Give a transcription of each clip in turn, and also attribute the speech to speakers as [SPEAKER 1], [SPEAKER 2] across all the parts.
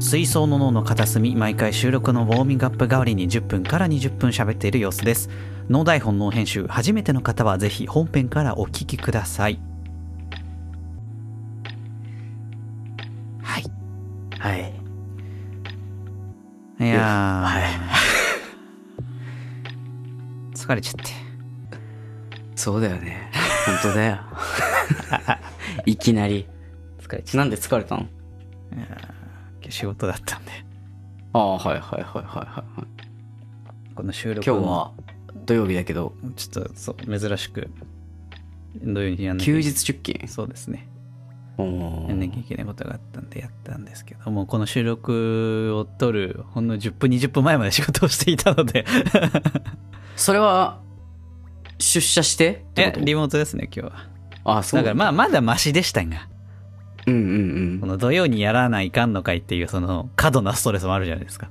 [SPEAKER 1] 水槽の脳の片隅毎回収録のウォーミングアップ代わりに10分から20分喋っている様子です脳台本脳編集初めての方はぜひ本編からお聞きくださいはい
[SPEAKER 2] はい。
[SPEAKER 1] いやー、
[SPEAKER 2] はい。
[SPEAKER 1] 疲れちゃって
[SPEAKER 2] そうだよ ね。本当だよ。いきなり。
[SPEAKER 1] 疲れちゃっ
[SPEAKER 2] なんで疲れたの
[SPEAKER 1] て仕事だったんで
[SPEAKER 2] ああ、はいはいはいはいはい。
[SPEAKER 1] この収録
[SPEAKER 2] 今
[SPEAKER 1] も
[SPEAKER 2] 日は土曜日だけど、
[SPEAKER 1] ちょっとそう珍しく土曜日にやんなきゃ
[SPEAKER 2] 休日出勤。
[SPEAKER 1] そうですね
[SPEAKER 2] おお
[SPEAKER 1] やんなきゃいけないことがあったんでやったんですけどもこの収録を撮るほんの10分20分前まで仕事をしていたので
[SPEAKER 2] それは、出社してって
[SPEAKER 1] え
[SPEAKER 2] こと
[SPEAKER 1] リモートですね今日は
[SPEAKER 2] ああ、そう
[SPEAKER 1] だからまあまだマシでしたが
[SPEAKER 2] うんうんう
[SPEAKER 1] こ
[SPEAKER 2] ん。
[SPEAKER 1] の土曜にやらないかんのかいっていうその過度なストレスもあるじゃないですか、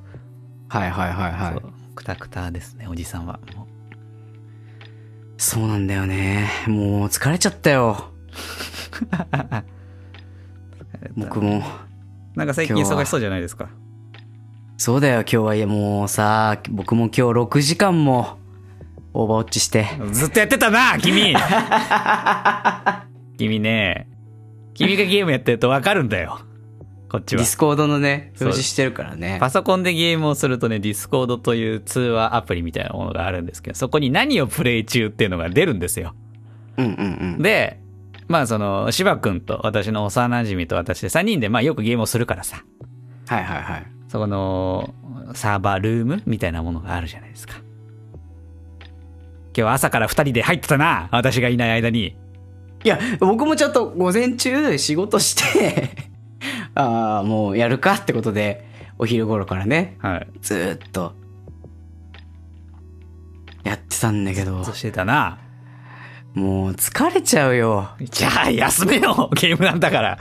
[SPEAKER 2] はいはいはいはい
[SPEAKER 1] そ。うくたくたですねおじさんはも
[SPEAKER 2] そうなんだよね。もう疲れちゃったよ。
[SPEAKER 1] う
[SPEAKER 2] 僕も。
[SPEAKER 1] なんか最近
[SPEAKER 2] 今日は
[SPEAKER 1] 忙しそうじゃないですか
[SPEAKER 2] そうだよ、今日はいやもうさ、僕も今日6時間もオーバーウォッチして。
[SPEAKER 1] ずっとやってたな 君君ね君がゲームやってるとわかるんだよこっち
[SPEAKER 2] デ
[SPEAKER 1] は
[SPEAKER 2] ィスコードのね、
[SPEAKER 1] そう
[SPEAKER 2] 表示してるからね。
[SPEAKER 1] パソコンでゲームをするとねディスコードという通話アプリみたいなものがあるんですけどそこに何をプレイ中っていうのが出るんですよ
[SPEAKER 2] うんうんうん。
[SPEAKER 1] でまあその芝君と私の幼馴染と私で3人でまあよくゲームをするからさ
[SPEAKER 2] はいはいはい。
[SPEAKER 1] そこのサーバールームみたいなものがあるじゃないですか今日朝から2人で入ってたな私がいない間に
[SPEAKER 2] いや、僕もちょっと午前中仕事して、 ああ、もうやるかってことで、お昼頃からね、
[SPEAKER 1] はい
[SPEAKER 2] ずーっと、やってたんだけど
[SPEAKER 1] そ、うしてたな
[SPEAKER 2] もう疲れちゃうよ。
[SPEAKER 1] じゃあ休めよゲームなんだから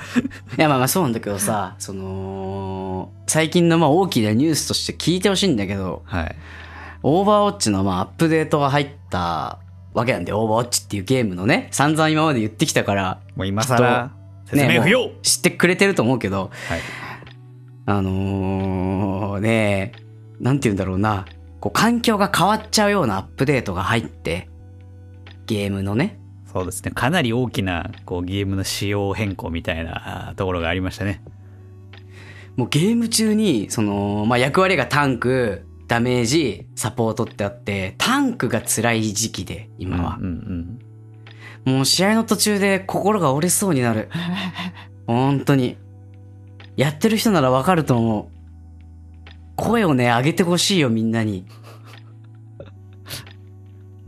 [SPEAKER 2] いやまあまあそうなんだけどさ、その、最近のまあ大きなニュースとして聞いてほしいんだけど、
[SPEAKER 1] はい
[SPEAKER 2] オーバーウォッチのまあアップデートが入ったわけなんで、オーバーウォッチっていうゲームのね、散々今まで言ってきたから、
[SPEAKER 1] もう今更説
[SPEAKER 2] ね
[SPEAKER 1] 明不要、
[SPEAKER 2] もう知ってくれてると思うけど、
[SPEAKER 1] はい
[SPEAKER 2] あのー、ねえ、なんて言うんだろうな、こう環境が変わっちゃうようなアップデートが入って、ゲームのね、
[SPEAKER 1] そうですね。かなり大きなこうゲームの仕様変更みたいなあーところがありましたね。
[SPEAKER 2] もうゲーム中に、その、まあ、役割がタンク、ダメージ、サポートってあって、タンクが辛い時期で、今は
[SPEAKER 1] うん。うん
[SPEAKER 2] もう試合の途中で心が折れそうになる。本当に。やってる人ならわかると思う。声をね、上げてほしいよ、みんなに。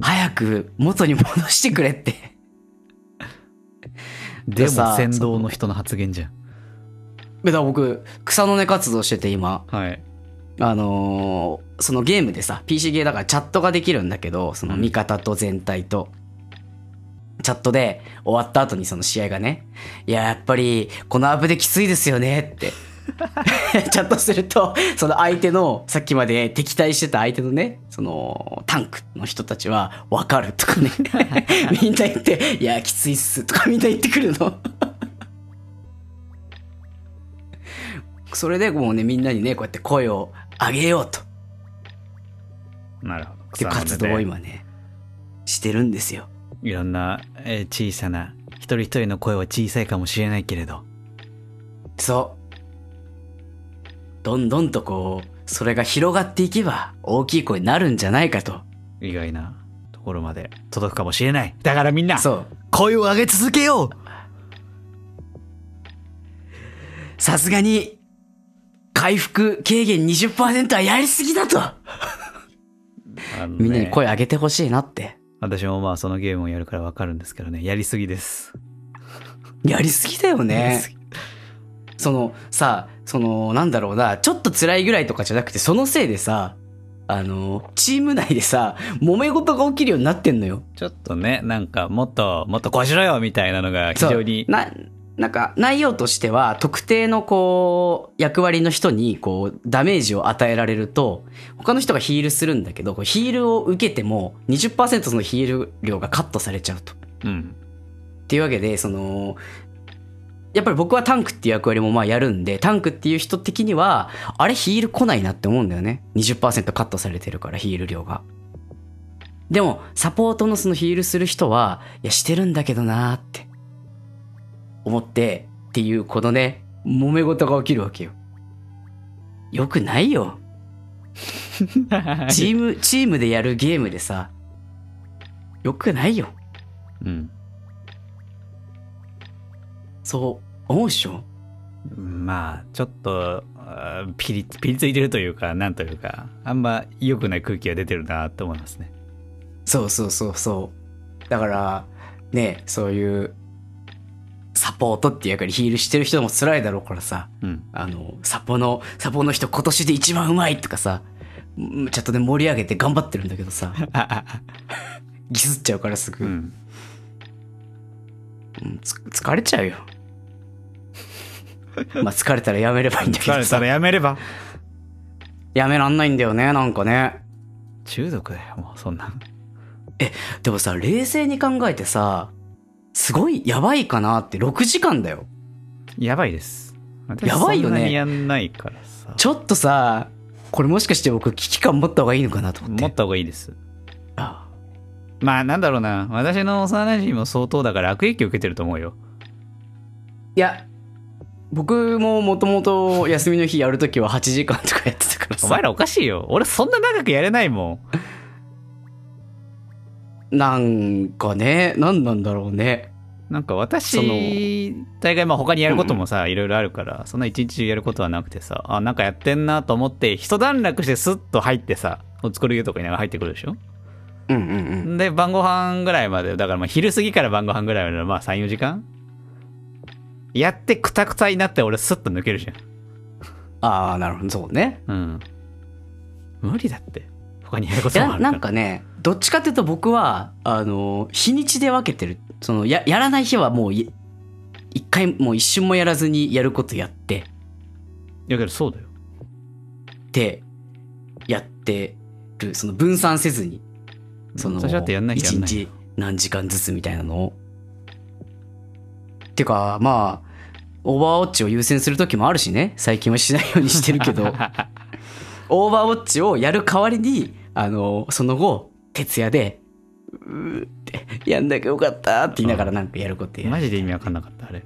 [SPEAKER 2] 早く元に戻してくれって。
[SPEAKER 1] うん。でも
[SPEAKER 2] さ
[SPEAKER 1] 先導の人の発言じゃん。
[SPEAKER 2] だから僕、草の根活動してて今。
[SPEAKER 1] はい。
[SPEAKER 2] あのーそのゲームでさ PC ゲーだからチャットができるんだけどその味方と全体と、チャットで終わった後にその試合がね「いややっぱりこのアップできついですよね」ってチャットするとその相手のさっきまで敵対してた相手のねそのタンクの人たちは「分かる」とかねみんな言って「いやきついっす」とかみんな言ってくるの。それでもうねみんなにねこうやって声を上げようと
[SPEAKER 1] なるほど。
[SPEAKER 2] っていう活動を今ねしてるんですよ
[SPEAKER 1] いろんな、えー小さな一人一人の声は小さいかもしれないけれど。
[SPEAKER 2] そうどんどんとこうそれが広がっていけば大きい声になるんじゃないかと
[SPEAKER 1] 意外なところまで届くかもしれない。だからみんな、
[SPEAKER 2] そう
[SPEAKER 1] 声を上げ続けよう
[SPEAKER 2] さすがに回復軽減20%はやりすぎだと、
[SPEAKER 1] あのね
[SPEAKER 2] みんなに声上げてほしいなって
[SPEAKER 1] 私もまあそのゲームをやるからわかるんですけどね、やりすぎです。
[SPEAKER 2] やりすぎだよ
[SPEAKER 1] やり
[SPEAKER 2] ね
[SPEAKER 1] すぎ
[SPEAKER 2] そのさそのなんだろうなちょっと辛いぐらいとかじゃなくてそのせいでさあのチーム内でさ揉め事が起きるようになってんのよ
[SPEAKER 1] ちょっとね、なんかもっと、もっとこうしろよみたいなのが非
[SPEAKER 2] そう
[SPEAKER 1] 常に。
[SPEAKER 2] ななんか内容としては特定のこう役割の人にこうダメージを与えられると他の人がヒールするんだけどこうヒールを受けても20%そのヒール量がカットされちゃうと。っ
[SPEAKER 1] うん。
[SPEAKER 2] ていうわけでそのやっぱり僕はタンクっていう役割もまあやるんで、タンクっていう人的には、あれヒール来ないなって思うんだよね。20%カットされてるから、ヒール量が。でも、サポートのそのヒールする人は、いや、してるんだけどなーって、思って、っていう、このね、揉め事が起きるわけよ。よくないよ。 チーム、チームでやるゲームでさ、よくないよ。
[SPEAKER 1] うん。
[SPEAKER 2] そう、思うっしょ
[SPEAKER 1] まあ、ちょっと、あーピリ、ピリついてるというか、なんというか、あんま良くない空気が出てるなと思いますね。
[SPEAKER 2] そうそうそうそう。だから、ね、そういう、サポートっていう役にヒールしてる人も辛いだろうからさ、
[SPEAKER 1] うん。
[SPEAKER 2] あの、サポの、サポの人今年で一番うまいとかさ、うんチャットで盛り上げて頑張ってるんだけ どさ、ギスっちゃうからすぐ、
[SPEAKER 1] うん。
[SPEAKER 2] うんつ疲れちゃうよ。 まあ疲れたらやめればいいんだけ
[SPEAKER 1] 疲
[SPEAKER 2] ど
[SPEAKER 1] れた
[SPEAKER 2] さ
[SPEAKER 1] ら、やめれば。
[SPEAKER 2] やめらんないんだよね、なんかね。
[SPEAKER 1] 中毒だよ、もうそんな。
[SPEAKER 2] でもさ、冷静に考えてさ、すごいやばいかなって6時間だよ。
[SPEAKER 1] やばいです。私
[SPEAKER 2] やばいよね
[SPEAKER 1] そんなにやんないからさ。
[SPEAKER 2] ちょっとさ、これもしかして僕危機感持った方がいいのかなと思って。
[SPEAKER 1] 持った方がいいです。
[SPEAKER 2] あ
[SPEAKER 1] まあ、なんだろうな。私の幼馴染も相当だから悪影響受けてると思うよ。
[SPEAKER 2] いや、僕ももともと休みの日やるときは8時間とかやってたから
[SPEAKER 1] お前
[SPEAKER 2] さ。
[SPEAKER 1] らおかしいよ。俺そんな長くやれないもん。
[SPEAKER 2] なんかね、なんなんだろうね。
[SPEAKER 1] なんか
[SPEAKER 2] その
[SPEAKER 1] 私、大概まあ他にやることもさ、いろいろあるから、そんな一日中やることはなくてさ、あ、なんかやってんなと思って、一段落してスッと入ってさ、お作るよとか言いながら入ってくるでしょ
[SPEAKER 2] うんうんうん。
[SPEAKER 1] で、晩ご飯ぐらいまで、だからまあ昼過ぎから晩ご飯ぐらいまでのまあ3、4時間やってくたくたになって俺スッと抜けるじゃん。
[SPEAKER 2] ああ、なるほど、そうね。
[SPEAKER 1] うん。無理だって。他にやるこ
[SPEAKER 2] い
[SPEAKER 1] ともあ
[SPEAKER 2] や、
[SPEAKER 1] るから。
[SPEAKER 2] なんかね、どっちかっていうと僕は、あの、日にちで分けてる。その、や、やらない日はもうい、一回、もう一瞬もやらずにやることやって、
[SPEAKER 1] いやけどそうだよ。
[SPEAKER 2] で、やってる。その、分散せずに。その、
[SPEAKER 1] 最初だってやんなきゃやんない
[SPEAKER 2] 一日何時間ずつみたいなのを。てか、まあ、オーバーウォッチを優先する時もあるしね。最近はしないようにしてる けど、オーバーウォッチをやる代わりに、あの、その後、徹夜で、うーって、やんなきゃよかったって言いながらなんかやることやる
[SPEAKER 1] マジで意味わかんなかった、あれ。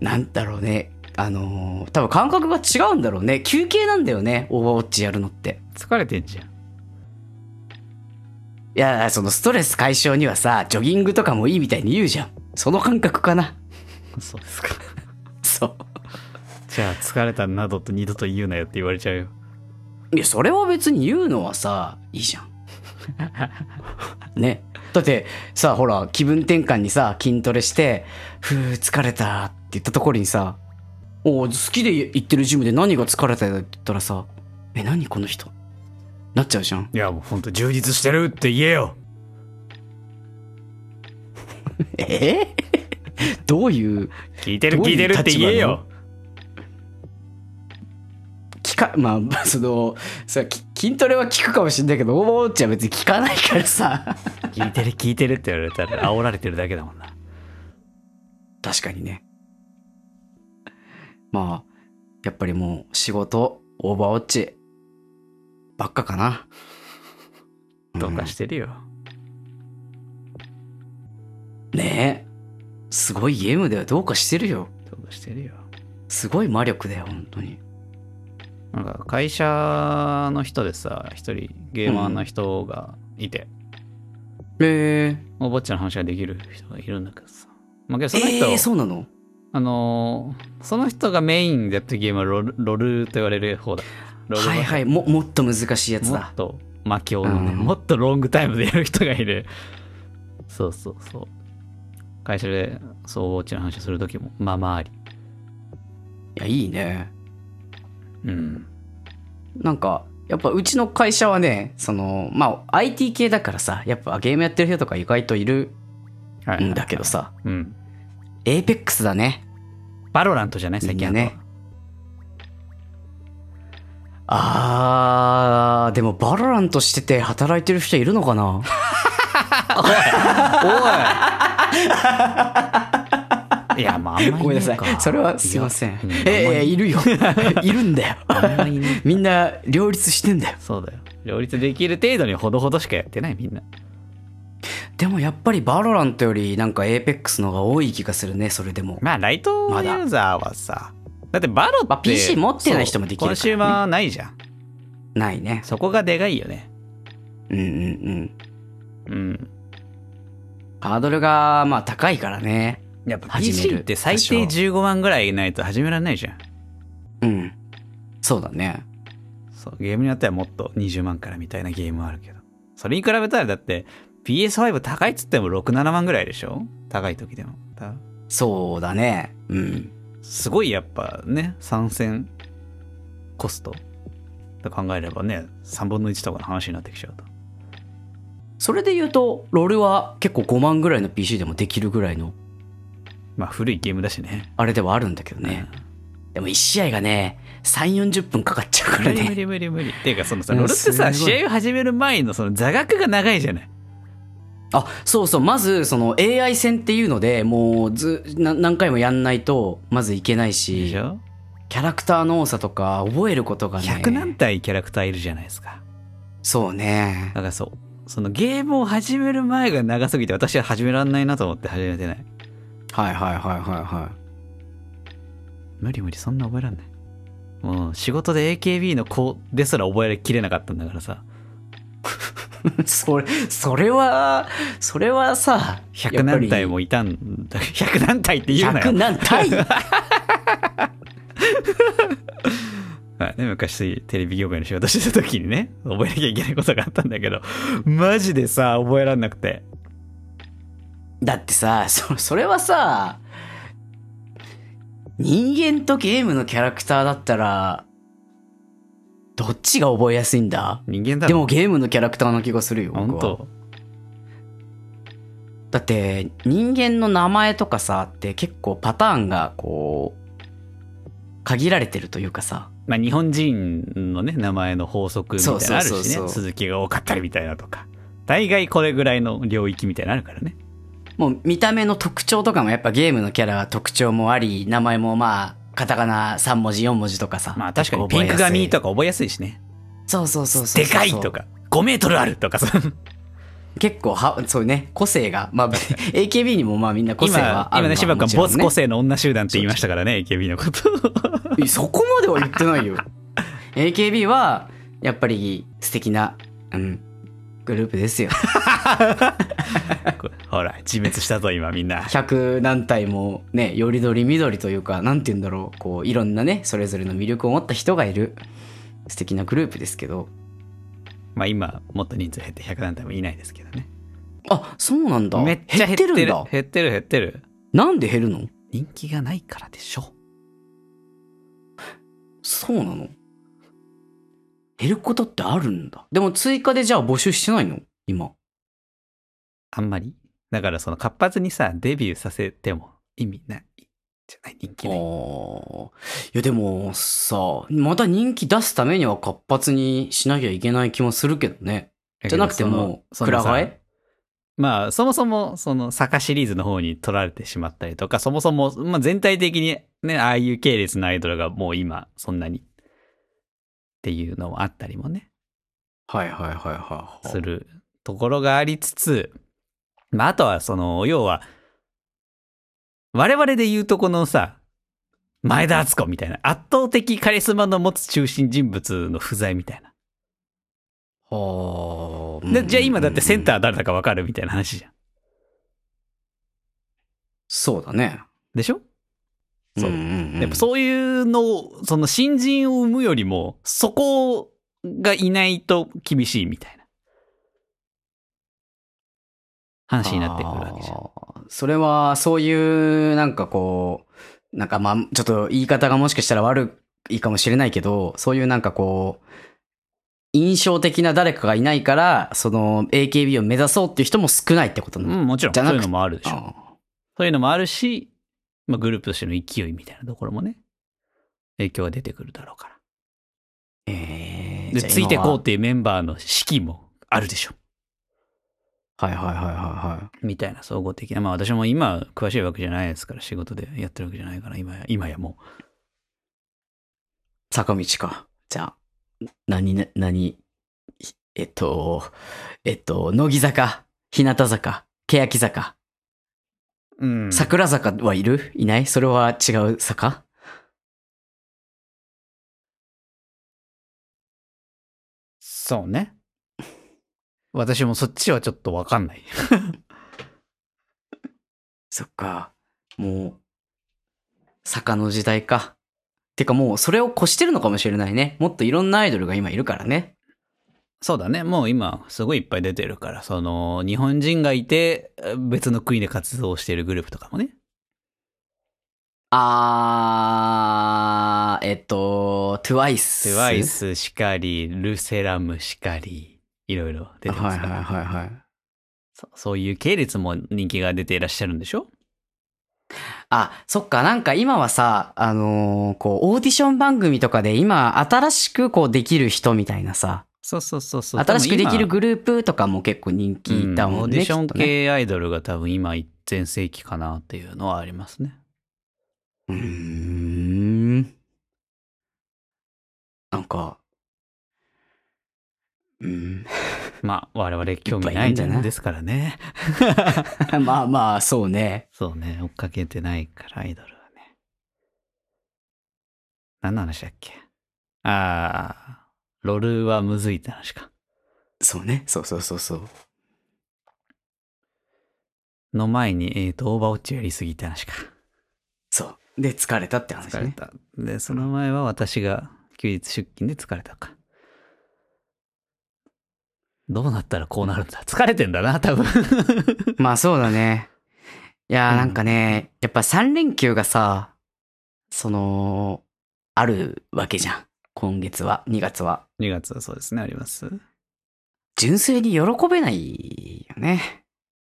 [SPEAKER 2] なんだろうね。あのー多分感覚が違うんだろうね。休憩なんだよね。オーバーウォッチやるのって。
[SPEAKER 1] 疲れてんじゃん。
[SPEAKER 2] いや、そのストレス解消にはさ、ジョギングとかもいいみたいに言うじゃん。その感覚かな。
[SPEAKER 1] そうですか。
[SPEAKER 2] そ
[SPEAKER 1] じゃあ疲れたなどと二度と言うなよって言われちゃうよ。
[SPEAKER 2] う。いや、それは別に言うのはさ、いいじゃん。ね。だって、さ、ほら、気分転換にさ、筋トレして、ふう、疲れたって言ったところにさ、おう好きで行ってるジムで何が疲れたよって言ったらさ、え、何この人なっちゃうじゃん。
[SPEAKER 1] いやもうほんと充実してるって言えよ
[SPEAKER 2] えーどういう
[SPEAKER 1] 聞いてる
[SPEAKER 2] どう
[SPEAKER 1] 聞
[SPEAKER 2] いう
[SPEAKER 1] いてるって言えよ
[SPEAKER 2] 聞かまあそのさき筋トレは聞くかもしれないけどオーバーウォッチは別に聞かないからさ
[SPEAKER 1] 聞いてる聞いてるって言われたら煽られてるだけだもんな。
[SPEAKER 2] 確かにねまあやっぱりもう仕事オーバーウォッチばっかかな
[SPEAKER 1] どうかしてるよ。
[SPEAKER 2] うんねえすごいゲームだよどうかしてるよ
[SPEAKER 1] どうかしてるよ。
[SPEAKER 2] すごい魔力だよ本当に
[SPEAKER 1] なんか会社の人でさ、一人ゲーマーの人がいて、
[SPEAKER 2] え
[SPEAKER 1] お坊ちゃんの話ができる人がいるんだけどさ。まあけど
[SPEAKER 2] ー、
[SPEAKER 1] その人、
[SPEAKER 2] えー、そうなの
[SPEAKER 1] あのーその人がメインでやってるゲームはロルロルと言われる方だ。ロル
[SPEAKER 2] はいはいももっと難しいやつ
[SPEAKER 1] も
[SPEAKER 2] だ
[SPEAKER 1] っと魔境のね、
[SPEAKER 2] うん
[SPEAKER 1] もっとロングタイムでやる人がいるそうそうそう会社でそうウォッチの話をする時もまあまああり
[SPEAKER 2] いやいいね
[SPEAKER 1] うん
[SPEAKER 2] なんか、やっぱうちの会社はね、その、まあ、IT 系だからさ、やっぱゲームやってる人とか意外といる
[SPEAKER 1] は
[SPEAKER 2] んだけどさ、
[SPEAKER 1] うん
[SPEAKER 2] エーペックスだね。
[SPEAKER 1] バロラントじゃない最
[SPEAKER 2] みん
[SPEAKER 1] 近
[SPEAKER 2] な
[SPEAKER 1] あとは
[SPEAKER 2] ね。あー、でもバロラントしてて働いてる人いるのかな
[SPEAKER 1] おい いや、まあ、あんまり
[SPEAKER 2] ごめんなさ
[SPEAKER 1] ねえ
[SPEAKER 2] い
[SPEAKER 1] か
[SPEAKER 2] それはすいません
[SPEAKER 1] やう
[SPEAKER 2] え
[SPEAKER 1] あんま
[SPEAKER 2] え
[SPEAKER 1] り
[SPEAKER 2] いるよ いるんだよ
[SPEAKER 1] あんまりね
[SPEAKER 2] みんな両立してんだよ
[SPEAKER 1] そうだよ。両立できる程度にほどほどしかやってない、みんな。
[SPEAKER 2] でもやっぱりバロラントよりなんかエーペックスの方が多い気がするねそれでも
[SPEAKER 1] まあ、ライトユ
[SPEAKER 2] まだ
[SPEAKER 1] ーザーはさ、だってバロって、
[SPEAKER 2] まあ PC 持ってない人もできるからね
[SPEAKER 1] そうコンシューマーないじゃん。
[SPEAKER 2] ないね
[SPEAKER 1] そこがでかいよね。
[SPEAKER 2] うんうんうん
[SPEAKER 1] うん。
[SPEAKER 2] ハードルがまあ高いからね
[SPEAKER 1] やっぱ
[SPEAKER 2] 始める
[SPEAKER 1] PC って最
[SPEAKER 2] 多少
[SPEAKER 1] 低15万ぐらいないと始められないじゃん。
[SPEAKER 2] うんそうだね
[SPEAKER 1] そう、ゲームによってはもっと20万からみたいなゲームはあるけど。それに比べたらだって PS5 高いっつっても6、7万ぐらいでしょ高い時でも。だ
[SPEAKER 2] そうだねうん
[SPEAKER 1] すごいやっぱね、参戦コストと考えればね、3分の1とかの話になってきちゃうと。
[SPEAKER 2] それで言うとロールは結構5万ぐらいの PC でもできるぐらいの
[SPEAKER 1] まあ古いゲームだしね。
[SPEAKER 2] あれではあるんだけどね、でも1試合がね3 4 0分かかっちゃうか
[SPEAKER 1] 無
[SPEAKER 2] ら
[SPEAKER 1] 理無
[SPEAKER 2] ね
[SPEAKER 1] 理無理無理。っていうかそのさ、
[SPEAKER 2] うん
[SPEAKER 1] ロルってさ、
[SPEAKER 2] すごい
[SPEAKER 1] 試合を始める前のその座学が長いじゃない。
[SPEAKER 2] あそうそうまずその AI 戦っていうのでもうずな何回もやんないとまずいけない
[SPEAKER 1] で
[SPEAKER 2] し
[SPEAKER 1] しょ
[SPEAKER 2] キャラクターの多さとか覚えることがね
[SPEAKER 1] ?100 何体キャラクターいるじゃないですか。
[SPEAKER 2] そうね
[SPEAKER 1] だからそう。そのゲームを始める前が長すぎて私は始めらんないなと思って始めてない。
[SPEAKER 2] はいはいはいはいは
[SPEAKER 1] 無理無理、そんな覚えらんない。もう仕事で AKB の子ですら覚えきれなかったんだからさ。
[SPEAKER 2] いそれそれはそれはさ
[SPEAKER 1] 100何体もいたんだ。100何 体って言うな
[SPEAKER 2] 100
[SPEAKER 1] よ。
[SPEAKER 2] 何体
[SPEAKER 1] はいね、昔テレビ業界の仕事してた時にね、覚えなきゃいけないことがあったんだけど、マジでさ、覚えらんなくて。
[SPEAKER 2] だってさそそれはさ人間とゲームのキャラクターだったらどっちが覚えやすいんだ
[SPEAKER 1] 人間だ
[SPEAKER 2] でもゲームのキャラクターな気がするよ僕
[SPEAKER 1] 本
[SPEAKER 2] は
[SPEAKER 1] 当
[SPEAKER 2] だって人間の名前とかさって結構パターンがこう限られてるというかさ
[SPEAKER 1] まあ日本人のね、名前の法則みたいなのあるしね。
[SPEAKER 2] そうそうそうそう
[SPEAKER 1] 鈴木が多かったりみたいなとか。大概これぐらいの領域みたいなのあるからね。
[SPEAKER 2] もう見た目の特徴とかもやっぱゲームのキャラは特徴もあり名前もまあカタカナ3文字4文字とかさ
[SPEAKER 1] まあ確かに
[SPEAKER 2] 結
[SPEAKER 1] ピ
[SPEAKER 2] 構
[SPEAKER 1] ンク
[SPEAKER 2] 覚えやすい
[SPEAKER 1] 髪とか覚えやすいしね。
[SPEAKER 2] そうそうそうそう
[SPEAKER 1] でかいとか、5メートルあるとかさ。
[SPEAKER 2] 結構はそうね個性がまあ AKB にもまあみんな個性
[SPEAKER 1] 今
[SPEAKER 2] は、ある
[SPEAKER 1] 今ね、
[SPEAKER 2] のは
[SPEAKER 1] 柴君
[SPEAKER 2] も
[SPEAKER 1] は
[SPEAKER 2] ちろ
[SPEAKER 1] ボ
[SPEAKER 2] ん
[SPEAKER 1] ス個性の女集団って言いましたからね、AKB のこと。
[SPEAKER 2] いやそこまでは言ってないよ AKB はやっぱり素敵なうんグループですよ
[SPEAKER 1] ほら、自滅したぞ、今みん な。
[SPEAKER 2] 100何体もねよりどりみどりというかなんて言うんだろうこういろんなねそれぞれの魅力を持った人がいる素敵なグループですけど
[SPEAKER 1] まあ今、もっと人数減って100何体もいないですけどね。
[SPEAKER 2] あそうなんだ
[SPEAKER 1] めっちゃ減ってる。
[SPEAKER 2] 減って
[SPEAKER 1] 減
[SPEAKER 2] るんだ
[SPEAKER 1] ってる減ってる。
[SPEAKER 2] なんで減るの
[SPEAKER 1] 人気がないからでしょ。
[SPEAKER 2] そうなの減ることってあるんだでも追加でじゃあ募集してないの今
[SPEAKER 1] あんまり。だからその活発にさ、デビューさせても意味ない。じゃない、人
[SPEAKER 2] あ
[SPEAKER 1] 気ない。
[SPEAKER 2] ーいやでもさまた人気出すためには活発にしなきゃいけない気もするけどねじゃなくてもう
[SPEAKER 1] その
[SPEAKER 2] 暗がえ
[SPEAKER 1] まあ、そもそも、その、坂シリーズの方に取られてしまったりとか、そもそも、まあ全体的にね、ああいう系列のアイドルがもう今、そんなに、っていうのもあったりもね、
[SPEAKER 2] はいはいはいはいはい
[SPEAKER 1] するところがありつつ、まああとは、その、要は、我々で言うとこのさ、前田敦子みたいな、圧倒的カリスマの持つ中心人物の不在みたいな。
[SPEAKER 2] は
[SPEAKER 1] でじゃあ今だってセンタ
[SPEAKER 2] ー。
[SPEAKER 1] ー誰だかわかるみたいな話じゃん。
[SPEAKER 2] そうだね。
[SPEAKER 1] でしょそうん
[SPEAKER 2] んん
[SPEAKER 1] やっぱそういうのを、その新人を生むよりも、そこがいないと厳しいみたいな。話になってくるわけじゃん。
[SPEAKER 2] あーそれは、そういう、なんかこう、なんかまあ、ちょっと言い方がもしかしたら悪いかもしれないけど、そういうなんかこう、印象的な誰かがいないから、その AKB を目指そうっていう人も少ないってことな
[SPEAKER 1] う
[SPEAKER 2] の、
[SPEAKER 1] ん、もちろん。
[SPEAKER 2] じ
[SPEAKER 1] そ
[SPEAKER 2] ゃ
[SPEAKER 1] う
[SPEAKER 2] な
[SPEAKER 1] い
[SPEAKER 2] くて
[SPEAKER 1] うのもあるでしょ。
[SPEAKER 2] あ
[SPEAKER 1] そういうのもあるし、まあ、グループとしての勢いみたいなところもね、影響が出てくるだろうか
[SPEAKER 2] ー
[SPEAKER 1] ら。
[SPEAKER 2] えー
[SPEAKER 1] で、
[SPEAKER 2] じゃあ今は
[SPEAKER 1] ついてこうっていうメンバーの士気もあるでしょ。
[SPEAKER 2] はいはいはいはいはい。
[SPEAKER 1] みたいな総合的な。まあ私も今詳しいわけじゃないですから、仕事でやってるわけじゃないから、今や、今やもう。
[SPEAKER 2] 坂道か。じゃあ、何ね、何、えっと、えっと、乃木坂、日向坂、欅坂、
[SPEAKER 1] うん
[SPEAKER 2] 桜坂はいるいないそれは違う坂
[SPEAKER 1] そうね。私もそっちはちょっとわかんない。
[SPEAKER 2] そっか。もう、坂の時代か。てかもう、それを越してるのかもしれないね。もっといろんなアイドルが今いるからね。
[SPEAKER 1] そうだね。もう今、すごいいっぱい出てるから、その、日本人がいて、別の国で活動しているグループとかもね。
[SPEAKER 2] あー、えっと、TWICE。
[SPEAKER 1] TWICE しかり、ルセラムしかり、いろいろ出てま
[SPEAKER 2] はい
[SPEAKER 1] すか
[SPEAKER 2] はい
[SPEAKER 1] ら、
[SPEAKER 2] はいはい。
[SPEAKER 1] そそういう系列も人気が出ていらっしゃるんでしょ
[SPEAKER 2] あ、そっか、なんか今はさ、あのーこう、オーディション番組とかで今、新しくこう、できる人みたいなさ、
[SPEAKER 1] そうそうそうそう。
[SPEAKER 2] 新しくできる
[SPEAKER 1] グ
[SPEAKER 2] グループとかも結構人気だも
[SPEAKER 1] オ
[SPEAKER 2] ん
[SPEAKER 1] ー
[SPEAKER 2] ね。
[SPEAKER 1] ディション
[SPEAKER 2] きっとね
[SPEAKER 1] 系アイドルが多分今、全盛期かなっていうのはありますね。
[SPEAKER 2] うーん。なんか、うん。
[SPEAKER 1] まあ、我々興味
[SPEAKER 2] いっぱ
[SPEAKER 1] な
[SPEAKER 2] いいる
[SPEAKER 1] い
[SPEAKER 2] んじゃない
[SPEAKER 1] ですからね。
[SPEAKER 2] まあまあ、そうね。
[SPEAKER 1] そうね、追っかけてないから、アイドルはね。何の話だっけあー、ロールはむずいって話か。
[SPEAKER 2] そうね。そうそうそうそう。
[SPEAKER 1] の前に、えっ、と、オーバーウォッチやりすぎって話か。
[SPEAKER 2] そう。で、疲れたって話
[SPEAKER 1] 疲れ
[SPEAKER 2] ね。
[SPEAKER 1] た。で、その前は私が休日出勤で疲れたか。どうなったらこうなるん だ疲れてんだな、 多分。
[SPEAKER 2] まあそうだね。いや
[SPEAKER 1] う
[SPEAKER 2] ー
[SPEAKER 1] ん
[SPEAKER 2] なんかね、やっぱ3連休がさ、その、あるわけじゃん。今月は、2月は。
[SPEAKER 1] 2月はそうですね、あります。
[SPEAKER 2] 純粋に喜べないよね。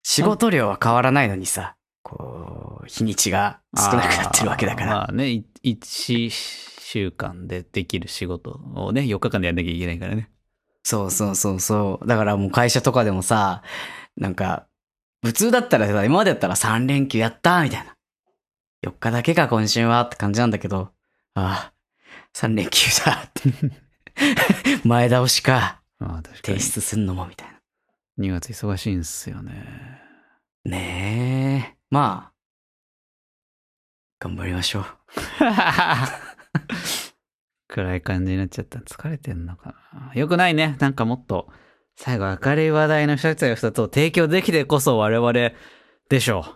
[SPEAKER 2] 仕事量は変わらないのにさ、こう、日にちが少なくなってるわけだか
[SPEAKER 1] あ
[SPEAKER 2] ら。
[SPEAKER 1] ーまあね、1週間でできる仕事をね、4日間でやんなきゃいけないからね。
[SPEAKER 2] そうそうそうそう。だからもう会社とかでもさ、なんか、普通だったらさ、今までだったら3連休やったみたいな。4日だけか今週はって感じなんだけど、ああ、3連休だって。 前倒しか、
[SPEAKER 1] まあ確か
[SPEAKER 2] 提
[SPEAKER 1] に。
[SPEAKER 2] 出すんのもみたい
[SPEAKER 1] 2月忙しいんすよね。
[SPEAKER 2] な。ねえ。まあ、頑張りましょう。
[SPEAKER 1] 暗い感じになっちゃった。疲れてんのかな。よくないね。なんかもっと、最後明るい話題の一つや二つを提供できてこそ我々でしょ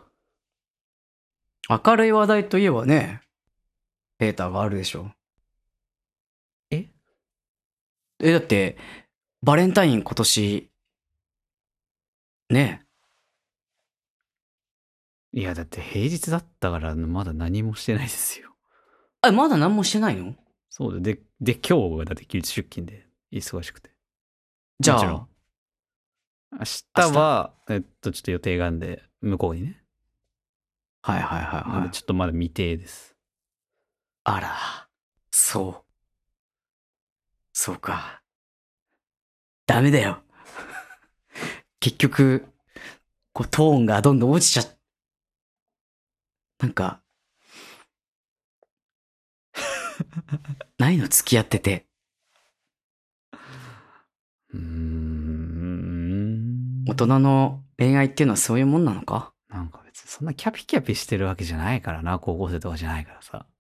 [SPEAKER 2] 明るい話題といえばね、データがあるでしょ。
[SPEAKER 1] え
[SPEAKER 2] え、だって、バレンタイン今年、ね
[SPEAKER 1] う。いや、だって平日だったからまだ何もしてないですよ。
[SPEAKER 2] え。あ、まだ何もしてないの
[SPEAKER 1] そうだ。で、で、今日がだって休日出勤で忙しくて。
[SPEAKER 2] じゃ
[SPEAKER 1] もちろん
[SPEAKER 2] あ、
[SPEAKER 1] 明日は、えっと、ちょっと予定があるんで、向こうにね。
[SPEAKER 2] はいはいはい
[SPEAKER 1] な
[SPEAKER 2] は
[SPEAKER 1] ん
[SPEAKER 2] い
[SPEAKER 1] で。ちょっとまだ未定です。
[SPEAKER 2] あら、そう。そうか。ダメだよ。結局、こうトーンがどんどん落ちちゃっ、なんか、 ないの付き合ってて。
[SPEAKER 1] うーん。
[SPEAKER 2] 大人の恋愛っていうのはそういうもんなのか
[SPEAKER 1] なんか別にそんなキャピキャピしてるわけじゃないからな、高校生とかじゃないからさ。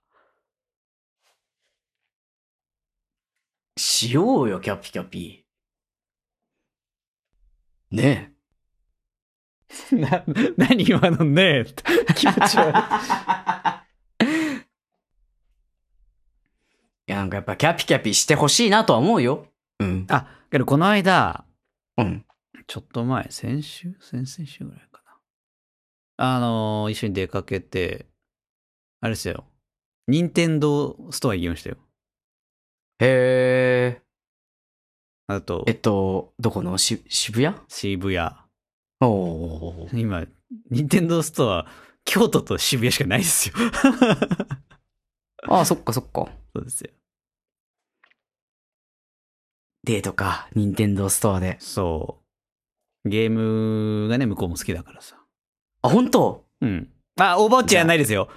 [SPEAKER 2] しようよ、キャピキャピ。ね
[SPEAKER 1] な、何今のねえって気持ち悪い。
[SPEAKER 2] え。いや、なんかやっぱキャピキャピしてほしいなとは思うよ。うん。
[SPEAKER 1] あ、けどこの間、
[SPEAKER 2] うん。
[SPEAKER 1] ちょっと前、先週先々週ぐらいかな。あのー一緒に出かけて、あれですよ。任天堂ストア行きましたよ。
[SPEAKER 2] へえ。
[SPEAKER 1] あと
[SPEAKER 2] え、っと、どこのし渋谷
[SPEAKER 1] 渋谷。
[SPEAKER 2] おお。
[SPEAKER 1] 今、任天堂ストア、京都と渋谷しかないですよ。
[SPEAKER 2] ああ、そっかそっか。
[SPEAKER 1] そうですよ。
[SPEAKER 2] デートか、任天堂ストアで。
[SPEAKER 1] そゲームがね、向こうも好きだからさ。
[SPEAKER 2] あ、本当
[SPEAKER 1] うん。まあ、オーバーウォッチやんないですよ。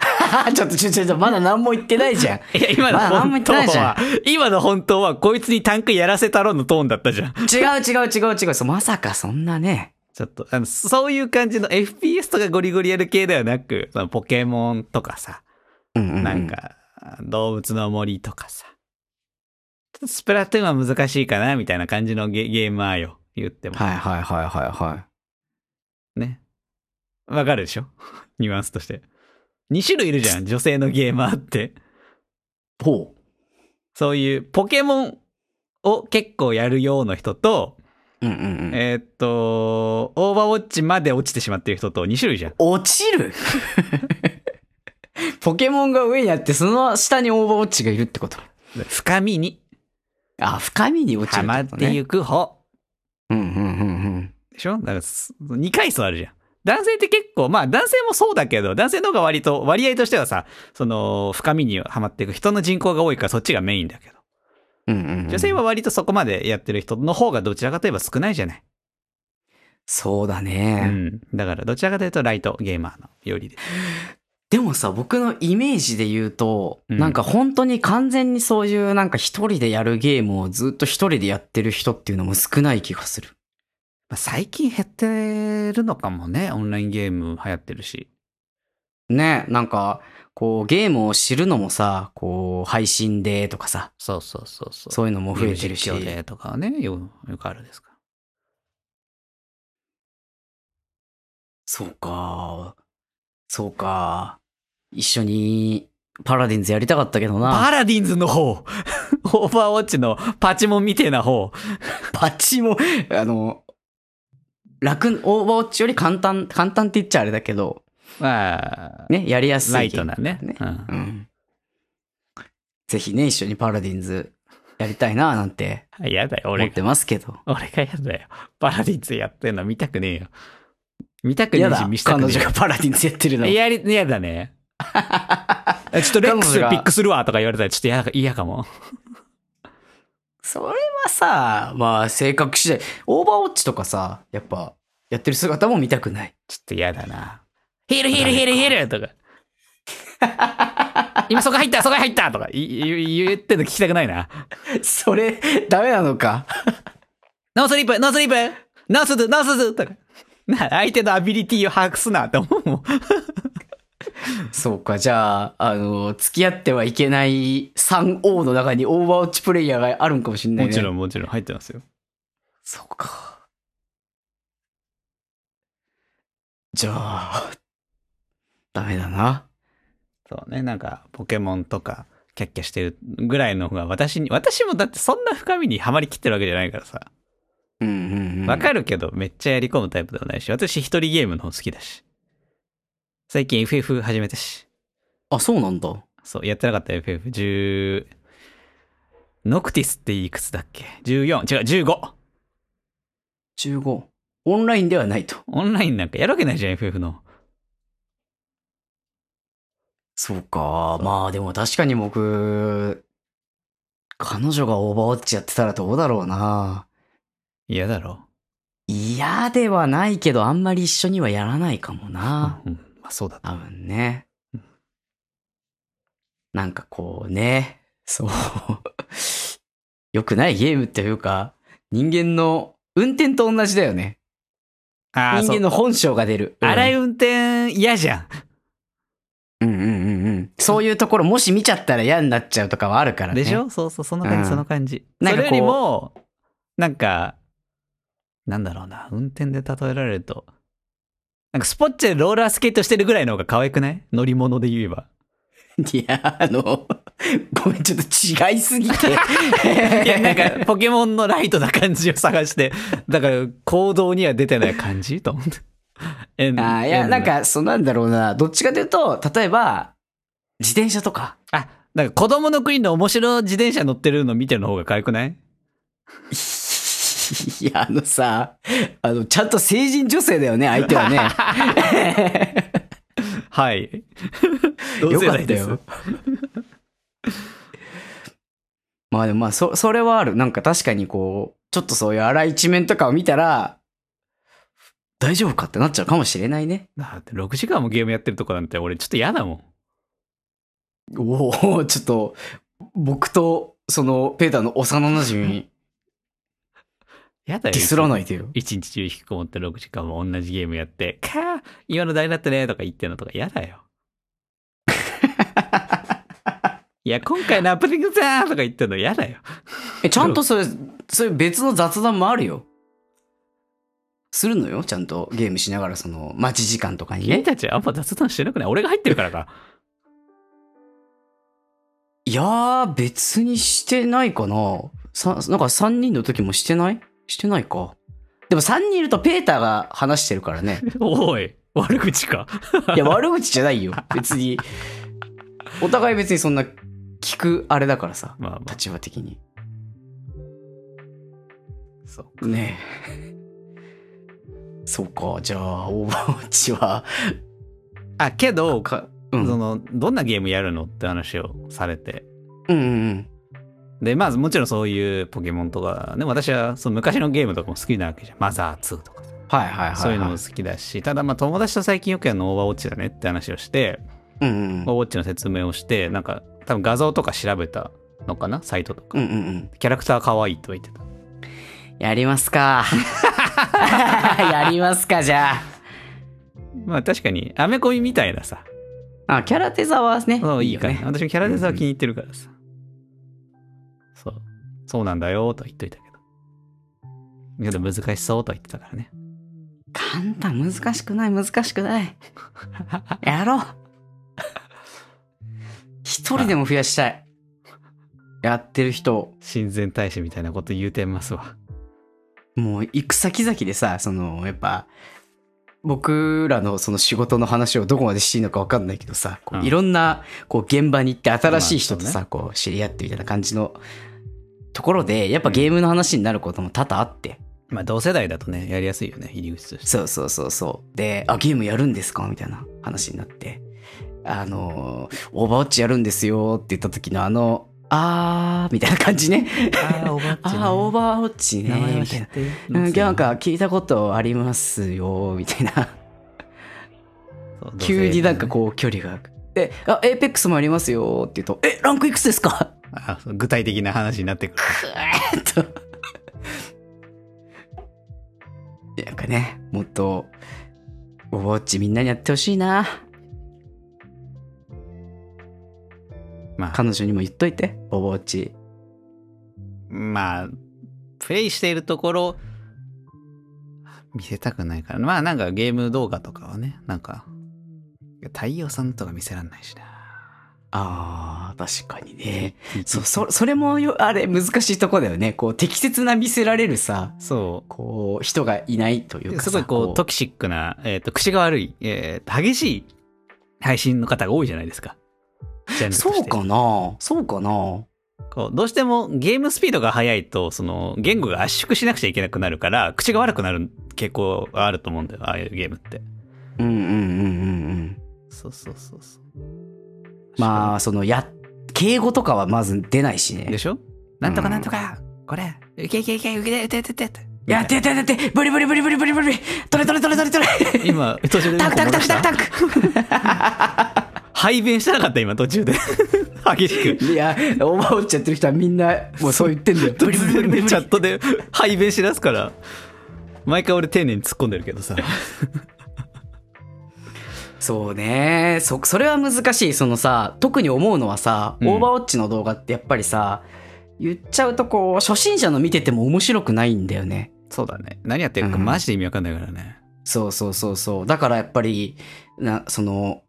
[SPEAKER 2] ちょっとちょっとちょっとまだ何も言ってないじゃん。
[SPEAKER 1] いや、今の
[SPEAKER 2] まああんま
[SPEAKER 1] 本
[SPEAKER 2] 言っ
[SPEAKER 1] 当
[SPEAKER 2] てないじゃ
[SPEAKER 1] は、今の本当は、こいつにタンクやらせたろのトーンだったじゃん。
[SPEAKER 2] 違う違う違う違うそう。まさかそんなね。
[SPEAKER 1] ちょっと、あの、そういう感じの FPS とかゴリゴリやる系ではなく、そのポケモンとかさ、
[SPEAKER 2] うんうう
[SPEAKER 1] なん。か、動物の森とかさ。ちょっとスプラトゥーンは難しいかな、みたいな感じのゲゲーマーよ。言っても。
[SPEAKER 2] はいはいはいはいはい。
[SPEAKER 1] ね。わかるでしょ ニュアンスとして。2種類いるじゃん、女性のゲーマーって。
[SPEAKER 2] ほ
[SPEAKER 1] そういうポケモンを結構やるような人と、
[SPEAKER 2] う。うんうんうん。
[SPEAKER 1] えーっと、オーバーウォッチまで落ちてしまってる人と2種類じゃん。
[SPEAKER 2] 落ちる ポケモンが上にあって、その下にオーバーウォッチがいるってこと。
[SPEAKER 1] 深みに
[SPEAKER 2] あ、深みに落ちる
[SPEAKER 1] は
[SPEAKER 2] って
[SPEAKER 1] まっ
[SPEAKER 2] こと、ね。
[SPEAKER 1] ていく方。
[SPEAKER 2] うんうんうん
[SPEAKER 1] でしょだからす、2階層あるじゃん。男性って結構、まあ男性もそうだけど、男性の方が割と、割合としてはさ、その、深みにはまっていく人の人口が多いからそっちがメインだけど。
[SPEAKER 2] うん。うんうんうん
[SPEAKER 1] 女性は割とそこまでやってる人の方がどちらかといえば少ないじゃない。
[SPEAKER 2] そうだ
[SPEAKER 1] う
[SPEAKER 2] ね、
[SPEAKER 1] ん。だから、どちらかというとライトゲーマーのよりで。
[SPEAKER 2] でもさ、僕のイメージで言うと、
[SPEAKER 1] うん
[SPEAKER 2] なんか本当に完全にそういうなんか一人でやるゲームをずっと一人でやってる人っていうのも少ない気がする。
[SPEAKER 1] まあ、最近減ってるのかもね、オンラインゲーム流行ってるし。
[SPEAKER 2] ね、なんか、こうゲームを知るのもさ、こう配信でとかさ、
[SPEAKER 1] そうそうそうそう。
[SPEAKER 2] そういうの
[SPEAKER 1] う
[SPEAKER 2] も増えてるし。
[SPEAKER 1] でとかはね、よよくあるですから。
[SPEAKER 2] そうか。そうか。一緒にパラディンズやりたかったけど
[SPEAKER 1] パ
[SPEAKER 2] な。
[SPEAKER 1] ラディンズの方 オーバーウォッチのパチモンみてえな方
[SPEAKER 2] パチも、あの、楽、オーバーウォッチより簡単、簡単って言っちゃあれだけど、
[SPEAKER 1] まあ、
[SPEAKER 2] ね、やりやすい。
[SPEAKER 1] ライトなね。
[SPEAKER 2] ね
[SPEAKER 1] うん
[SPEAKER 2] うん。ぜひね、一緒にパラディンズやりたいななんて
[SPEAKER 1] やだよ、
[SPEAKER 2] 思
[SPEAKER 1] 俺
[SPEAKER 2] っ
[SPEAKER 1] が
[SPEAKER 2] て。ますけど。
[SPEAKER 1] 俺がやだよ。パラディンズやってんの見たくねえよ。見たくね
[SPEAKER 2] や
[SPEAKER 1] えし、
[SPEAKER 2] だ
[SPEAKER 1] 見、したく
[SPEAKER 2] 彼
[SPEAKER 1] ねえ
[SPEAKER 2] 女がパラディンズやってるの。
[SPEAKER 1] やり、やだ ね。ちょっとレックス
[SPEAKER 2] 彼女が
[SPEAKER 1] ピックするわとか言われたらちょっと嫌か嫌かも。
[SPEAKER 2] それはさ、まあ性格次第。オーバーウォッチとかさ、やっぱ、やってる姿も見たくない。
[SPEAKER 1] ちょっと嫌だな。ヒールヒールヒールヒールとか。今そこ入ったそこ入ったとかいい言ってんの聞きたくないな。
[SPEAKER 2] それ、ダメなのか。
[SPEAKER 1] ノースリープノースリープノースズノースズとか。な、相手のアビリティを把握すなって思うもん。
[SPEAKER 2] そうか、じゃあ、あの、付き合ってはいけない 3O の中にオーバーウォッチプレイヤーがあるんかもしれない、ね。ん。
[SPEAKER 1] んもちろん入ってますよ。
[SPEAKER 2] そうか。じゃあ、 ダメだな。
[SPEAKER 1] そうね、なんかポケモンとかキャッキャしてるぐらいの方が私に、私もだってそんな深みにはまりきってるわけじゃないからさ。
[SPEAKER 2] うんうんうん。
[SPEAKER 1] わか
[SPEAKER 2] る。
[SPEAKER 1] るけど、めっちゃやり込むタイプではないし、私一人ゲームの方好きだし。最近 FF 始めたし。
[SPEAKER 2] あ、そうなんだ。
[SPEAKER 1] そう、やってなかった FF10、ノクティスっていくつだっけ ?14、違う、15!
[SPEAKER 2] 15。オンラインではないと。
[SPEAKER 1] オンラインなんかやるわけないじゃん、FF の。
[SPEAKER 2] そうか。まあでも確かに僕、彼女がオーバーウォッチやってたらどうだろうな。
[SPEAKER 1] 嫌だろ。
[SPEAKER 2] 嫌ではないけど、あんまり一緒にはやらないかもな。
[SPEAKER 1] うん、まあそうだ。
[SPEAKER 2] 多分ね
[SPEAKER 1] うん。
[SPEAKER 2] なんかこうね、そう。 良くないゲームっていうか、人間の運転と同じだよね。
[SPEAKER 1] ああ、
[SPEAKER 2] 人
[SPEAKER 1] そ
[SPEAKER 2] 間
[SPEAKER 1] う。
[SPEAKER 2] の本性が出る。うん
[SPEAKER 1] 荒い運転嫌じゃん。
[SPEAKER 2] うんうんうんうん。そういうところもし見ちゃったら嫌になっちゃうとかはあるからね。
[SPEAKER 1] でしょそうそう、その感
[SPEAKER 2] う
[SPEAKER 1] じ、
[SPEAKER 2] ん
[SPEAKER 1] その感じ。
[SPEAKER 2] なん
[SPEAKER 1] それ
[SPEAKER 2] かこう
[SPEAKER 1] よりも、なんか、なんだろうな、運転で例えられると、なんかスポッチャでローラースケートしてるぐらいの方が可愛くない乗り物で言えば。
[SPEAKER 2] いや、あの、ごめん、ちょっと違いすぎて。
[SPEAKER 1] いや、なんか、ポケモンのライトな感じを探して、だから、行動には出てない感じと思って。え
[SPEAKER 2] あーいや、なん、
[SPEAKER 1] え
[SPEAKER 2] か、そうなんだろうな。どっちかというと、例えば、自転車とか。
[SPEAKER 1] あ、なんか子供の国の面白い自転車乗ってるの見てるの方が可愛くない
[SPEAKER 2] いや、あのさ、あの、ちゃんと成人女性だよね、相手は ね。
[SPEAKER 1] はい。
[SPEAKER 2] よかった
[SPEAKER 1] です
[SPEAKER 2] よ。まあでもまあ、そ、それはある。なんか確かにこう、ちょっとそういう荒い一面とかを見たら、大丈夫かってなっちゃうかもしれないね。
[SPEAKER 1] だって6時間もゲームやってるとこなんて俺ちょっと嫌だもん。
[SPEAKER 2] おお、 ちょっと、僕と、その、ペーターの幼馴染に
[SPEAKER 1] 嫌だよ。
[SPEAKER 2] ディスらないでよ。
[SPEAKER 1] 一日中引きこもって6時間も同じゲームやって、かー今の台になってねとか言ってんのとか嫌だ よ。いや、今回のアップデートさーとか言ってんの嫌だよ。
[SPEAKER 2] え、ちゃんとそれ、そういう別の雑談もあるよ。するのよ、ちゃんとゲームしながら、その、待ち時間とかに
[SPEAKER 1] 君
[SPEAKER 2] ね。
[SPEAKER 1] たちあんま雑談してなくない俺が入ってるから か。
[SPEAKER 2] いやー、別にしてないかな。さ、なんか3人の時もしてないしてないか。でも3人いるとペーターが話してるから ね。
[SPEAKER 1] おい、悪口か。
[SPEAKER 2] いや、悪口じゃないよ。別に。お互い別にそんな聞くあれだからさ。
[SPEAKER 1] まあまあ、
[SPEAKER 2] 立場的に。
[SPEAKER 1] そう。
[SPEAKER 2] ね え。そうか。じゃあ、オーバーウォッチは、
[SPEAKER 1] あ、けど、
[SPEAKER 2] か、うん。う
[SPEAKER 1] そ
[SPEAKER 2] ん
[SPEAKER 1] の、どんなゲームやるのって話をされて。
[SPEAKER 2] うんうん。
[SPEAKER 1] で、まあ、もちろんそういうポケモンとか、でも私はその昔のゲームとかも好きなわけじゃん。マザー2とかさ
[SPEAKER 2] はいはいはい、はい。
[SPEAKER 1] そういうのも好きだし、ただまあ友達と最近よくやるのオーバーウォッチだねって話をして、
[SPEAKER 2] うんうん。
[SPEAKER 1] オーバーウォッチの説明をして、なんか多分画像とか調べたのかなサイトとか。
[SPEAKER 2] うんうんうん。
[SPEAKER 1] キャラクター可愛いと言ってた。
[SPEAKER 2] やりますか。 やりますか、じゃ
[SPEAKER 1] まあ確かに、アメコミみたいなさ、
[SPEAKER 2] あ。あ、キャラデザはね。
[SPEAKER 1] そういい
[SPEAKER 2] よ
[SPEAKER 1] から、
[SPEAKER 2] ね。
[SPEAKER 1] 私もキャラデザは気に入ってるからさ。そう。そうなんだよとは言っといたけど。けど難しそうとは言ってたからね。
[SPEAKER 2] 簡単、難しくない、難し くない。やろう。一人でも増やしたい。やってる人、
[SPEAKER 1] 親善大使みたいなこと言うてますわ。
[SPEAKER 2] もう行く先々でさ、その、やっぱ、僕らのその仕事の話をどこまでしていいのか分かんないけどさ、こう
[SPEAKER 1] うん
[SPEAKER 2] いろんなこう現場に行って新しい人と
[SPEAKER 1] まあそう
[SPEAKER 2] さ、こう知り合ってみたいな感じのところで、やっぱゲームの話になることも多々あって、
[SPEAKER 1] まあ同世代だとね、やりやすいよね、入り口として。
[SPEAKER 2] そうそうそうそう。で、あ、ゲームやるんですかみたいな話になって。あの、オーバーウォッチやるんですよって言った時のあの、あーみたいな感じね。
[SPEAKER 1] ああ、おばあ
[SPEAKER 2] あー、オーバーウォッチね。
[SPEAKER 1] 名前を
[SPEAKER 2] み
[SPEAKER 1] 知
[SPEAKER 2] たい
[SPEAKER 1] っ
[SPEAKER 2] な。
[SPEAKER 1] てる
[SPEAKER 2] うん、なんか聞いたことありますよ、みたいな。
[SPEAKER 1] そう
[SPEAKER 2] 急になんかこう距離が。で、あ、エーペックスもありますよって言うと、え、ランクいくつですか
[SPEAKER 1] あそう具体的な話になってくる。
[SPEAKER 2] くーっと。なんかね、もっと、オーバーウォッチみんなにやってほしいな。
[SPEAKER 1] まあ、
[SPEAKER 2] 彼女にも言っといて、オーバーウォッチ。
[SPEAKER 1] まあ、プレイしているところ、見せたくないから。まあなんかゲーム動画とかはね、なんか、太陽さんとか見せらんないしな。
[SPEAKER 2] あー、確かにね。そ、そ、それもよ、あれ、難しいとこだよね。こう、適切な見せられるさ、
[SPEAKER 1] そ
[SPEAKER 2] こう、人がいないという
[SPEAKER 1] う。
[SPEAKER 2] かさ。
[SPEAKER 1] すごいこう、トキシックな、えっ、と、口が悪い、えーと激しい配信の方が多いじゃないですか。ジャンルとして
[SPEAKER 2] そうかなそうかな
[SPEAKER 1] こうどうしてもゲームスピードが速いと、その言語が圧縮しなくちゃいけなくなるから、口が悪くなる傾向があると思うんだよ、ああいうゲームって。
[SPEAKER 2] うんうんうんうんうん。
[SPEAKER 1] そうそうそうそう。
[SPEAKER 2] まあ、その、や、敬語とかはまず出ないし
[SPEAKER 1] で
[SPEAKER 2] ね。
[SPEAKER 1] しょなんとかなんとか、これ、いけいけいけ、受けて、受けて、受けて。
[SPEAKER 2] いや、出て出て、ブリブリブリブリブリブリ、トレトレトレトレトレ。
[SPEAKER 1] 今、途中で
[SPEAKER 2] タクタクタクタクタ
[SPEAKER 1] 排便してなかった、今、途 中で。激しく。
[SPEAKER 2] ク。いや、オーバーウォッチやってる人はみんな、もうそう言ってんだよ。ブリブリ
[SPEAKER 1] 突
[SPEAKER 2] ブリ
[SPEAKER 1] 然
[SPEAKER 2] ブリ
[SPEAKER 1] ね
[SPEAKER 2] ブ
[SPEAKER 1] チャ
[SPEAKER 2] リ
[SPEAKER 1] ッ。トで排便しだすから、毎回俺丁寧に突っ込んでるけどさ。
[SPEAKER 2] そうね。そ、それは難しい。そのさ、特に思うのはさ、
[SPEAKER 1] うん
[SPEAKER 2] オーバーウォッチの動画ってやっぱりさ、言っちゃうとこう、初心者の見てても面白くないんだよね。
[SPEAKER 1] そうだね。何やってるか
[SPEAKER 2] うん
[SPEAKER 1] マジで意味わかんないからね。
[SPEAKER 2] そうそうそうそう。だからやっぱり、な、その、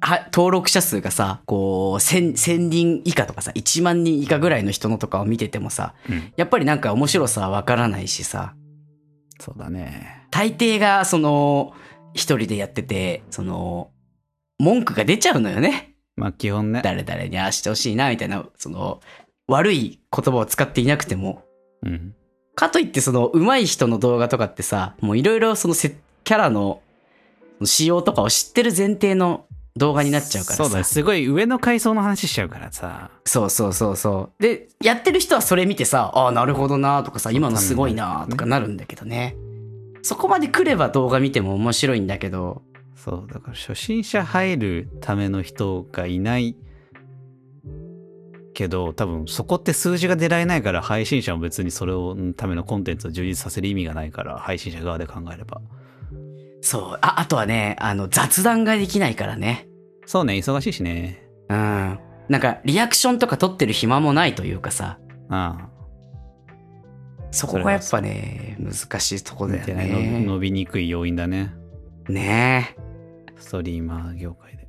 [SPEAKER 2] は、登録者数がさ、こう、千、千人以下とかさ、一万人以下ぐらいの人のとかを見ててもさ、
[SPEAKER 1] うん。
[SPEAKER 2] やっぱりなんか面白さはわからないしさ、
[SPEAKER 1] そうだね。
[SPEAKER 2] 大抵がその一人でやっててその文句が出ちゃうのよね
[SPEAKER 1] まあ、基本ね。
[SPEAKER 2] 誰々にああしてほしいなみたいなその悪い言葉を使っていなくても
[SPEAKER 1] うん。
[SPEAKER 2] かといってその上手い人の動画とかってさもういろいろそのせキャラの仕様とかを知ってる前提の動画になっちゃうからさ
[SPEAKER 1] そうだねすごい上の階層の話しちゃうからさ
[SPEAKER 2] そうそうそうそうでやってる人はそれ見てさああなるほどなとかさ今のすごいなとかなるんだけどねそこまで来れば動画見ても面白いんだけど、
[SPEAKER 1] そう、だから初心者入るための人がいないけど、多分そこって数字が出られないから、配信者も別にそれをんためのコンテンツを充実させる意味がないから、配信者側で考えれば。
[SPEAKER 2] そう、あ、あとはね、あの、雑談ができないからね。
[SPEAKER 1] そうね、忙しいしね。
[SPEAKER 2] うん。なんか、リアクションとか取ってる暇もないというかさ、
[SPEAKER 1] ああ、
[SPEAKER 2] そこがやっぱね、難しいとこだよ
[SPEAKER 1] みたいな伸び
[SPEAKER 2] ね。
[SPEAKER 1] 伸びにくい要因だね。
[SPEAKER 2] ね
[SPEAKER 1] ストリーマー業界で。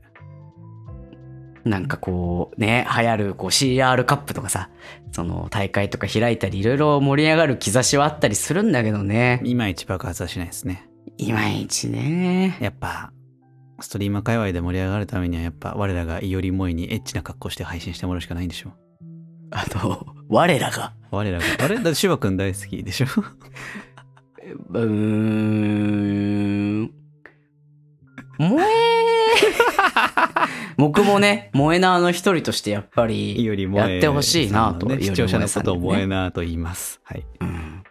[SPEAKER 2] え。なんかこう、ね、流行るこう CR カップとかさ、その大会とか開いたり、いろいろ盛り上がる兆しはあったりするんだけどね。
[SPEAKER 1] いまいち爆発はしないですね。
[SPEAKER 2] いまいちね。
[SPEAKER 1] やっぱ、ストリーマー界隈で盛り上がるためには、やっぱ我らがいより萌えにエッチな格好して配信してもらうしかないんでしょ。
[SPEAKER 2] あの、我らが。
[SPEAKER 1] 我らが。あれだってシュワ君大好きでしょ
[SPEAKER 2] うーん。萌え 僕もね、萌えなあの一人としてやっぱ
[SPEAKER 1] い
[SPEAKER 2] り、
[SPEAKER 1] より萌え。
[SPEAKER 2] やってほしいなと
[SPEAKER 1] ね
[SPEAKER 2] いよ
[SPEAKER 1] 視
[SPEAKER 2] り
[SPEAKER 1] 聴
[SPEAKER 2] 萌
[SPEAKER 1] 者
[SPEAKER 2] え
[SPEAKER 1] の
[SPEAKER 2] さ
[SPEAKER 1] こ
[SPEAKER 2] んにね
[SPEAKER 1] とを萌えなと言います。はい。
[SPEAKER 2] うん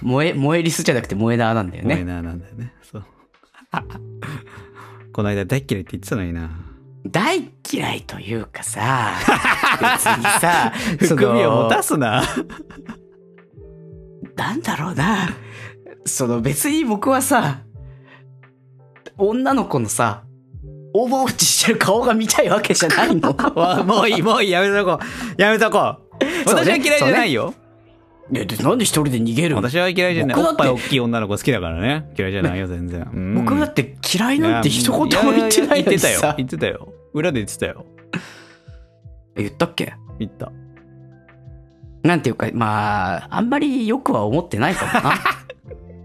[SPEAKER 2] 萌え、萌えリスじゃなくて萌えなあなんだよ
[SPEAKER 1] 萌え
[SPEAKER 2] ね。
[SPEAKER 1] ななんだよね。そう。この間大っ嫌いって言ってたのにな。
[SPEAKER 2] 大嫌いという かさ、別にさ、その
[SPEAKER 1] 含みを持たすな。
[SPEAKER 2] なんだろうな。その別に僕はさ、女の子のさ、オーバーウォッチしてる顔が見たいわけじゃないの。
[SPEAKER 1] わもういい、もういい、やめとこう。やめとこう。
[SPEAKER 2] そう
[SPEAKER 1] 私
[SPEAKER 2] ね
[SPEAKER 1] は嫌いじゃないよ。
[SPEAKER 2] いや、でなんで一人で逃げるの
[SPEAKER 1] 私は嫌いじゃない。
[SPEAKER 2] 僕だ
[SPEAKER 1] お
[SPEAKER 2] っ
[SPEAKER 1] ってぱい大きい女の子好きだからね。嫌いじゃないよ、全然。うん
[SPEAKER 2] 僕だって嫌いなんて一言も言ってないのに
[SPEAKER 1] ややや
[SPEAKER 2] さ
[SPEAKER 1] 言ってたよ。言ってたよ。裏で言ってたよ。
[SPEAKER 2] 言ったっけ
[SPEAKER 1] 言った。
[SPEAKER 2] なんていうかまああんまりよくは思ってないかもな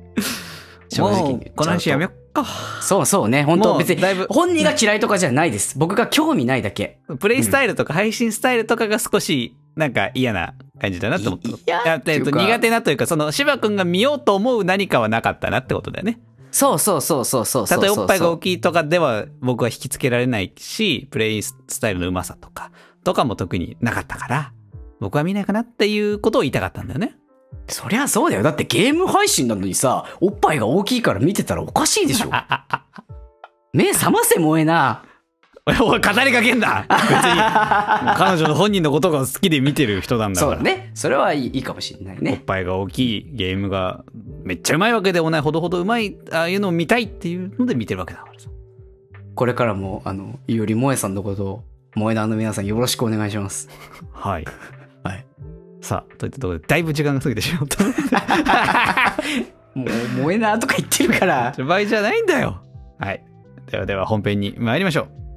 [SPEAKER 2] 正直に言っちゃ
[SPEAKER 1] もう
[SPEAKER 2] うと
[SPEAKER 1] この話やめよっか。
[SPEAKER 2] そうそうね本
[SPEAKER 1] も
[SPEAKER 2] 当
[SPEAKER 1] う
[SPEAKER 2] 別に
[SPEAKER 1] だいぶ
[SPEAKER 2] 本人が嫌いとかじゃないです僕が興味ないだけ
[SPEAKER 1] プレイスタイルとか配信スタイルとかが少しなんか嫌な感じだなと思ったの。
[SPEAKER 2] い嫌っていうか
[SPEAKER 1] あえっと苦手なというか、その芝君が見ようと思う何かはなかったなってことだよね。
[SPEAKER 2] そうそうそうそうそうそ
[SPEAKER 1] た
[SPEAKER 2] う
[SPEAKER 1] とえおっぱいが
[SPEAKER 2] そ
[SPEAKER 1] 大
[SPEAKER 2] う
[SPEAKER 1] きいとかでは僕は引きつけられないし、プレイスタイルのうまさとか、とかも特になかったから、僕は見ないかなっていうことを言いたかったんだよね。
[SPEAKER 2] そりゃそうだよだってゲーム配信なのにさおっぱいが大きいから見てたらおかしいでしょ 目覚ませ萌えな
[SPEAKER 1] おい、おい語りかけんだ 別に、彼女の本人のことが好きで見てる人なんだか
[SPEAKER 2] そう
[SPEAKER 1] ら
[SPEAKER 2] だ。ねそれはいいいいかもしれない
[SPEAKER 1] おっ
[SPEAKER 2] ね
[SPEAKER 1] ぱいが大きいゲームがめっちゃうまいわけでもないほどほどうまいああいうのを見たいっていうので見てるわけだからさ
[SPEAKER 2] これからもあのいより萌えさんのことを萌えなの皆さんよろしくお願いします
[SPEAKER 1] はい
[SPEAKER 2] はい
[SPEAKER 1] さあといったところでだいぶ時間が過ぎてしまった ので
[SPEAKER 2] もう萌えなとか言ってるから
[SPEAKER 1] ちょ倍じゃないんだよはいではでは本編に参りましょう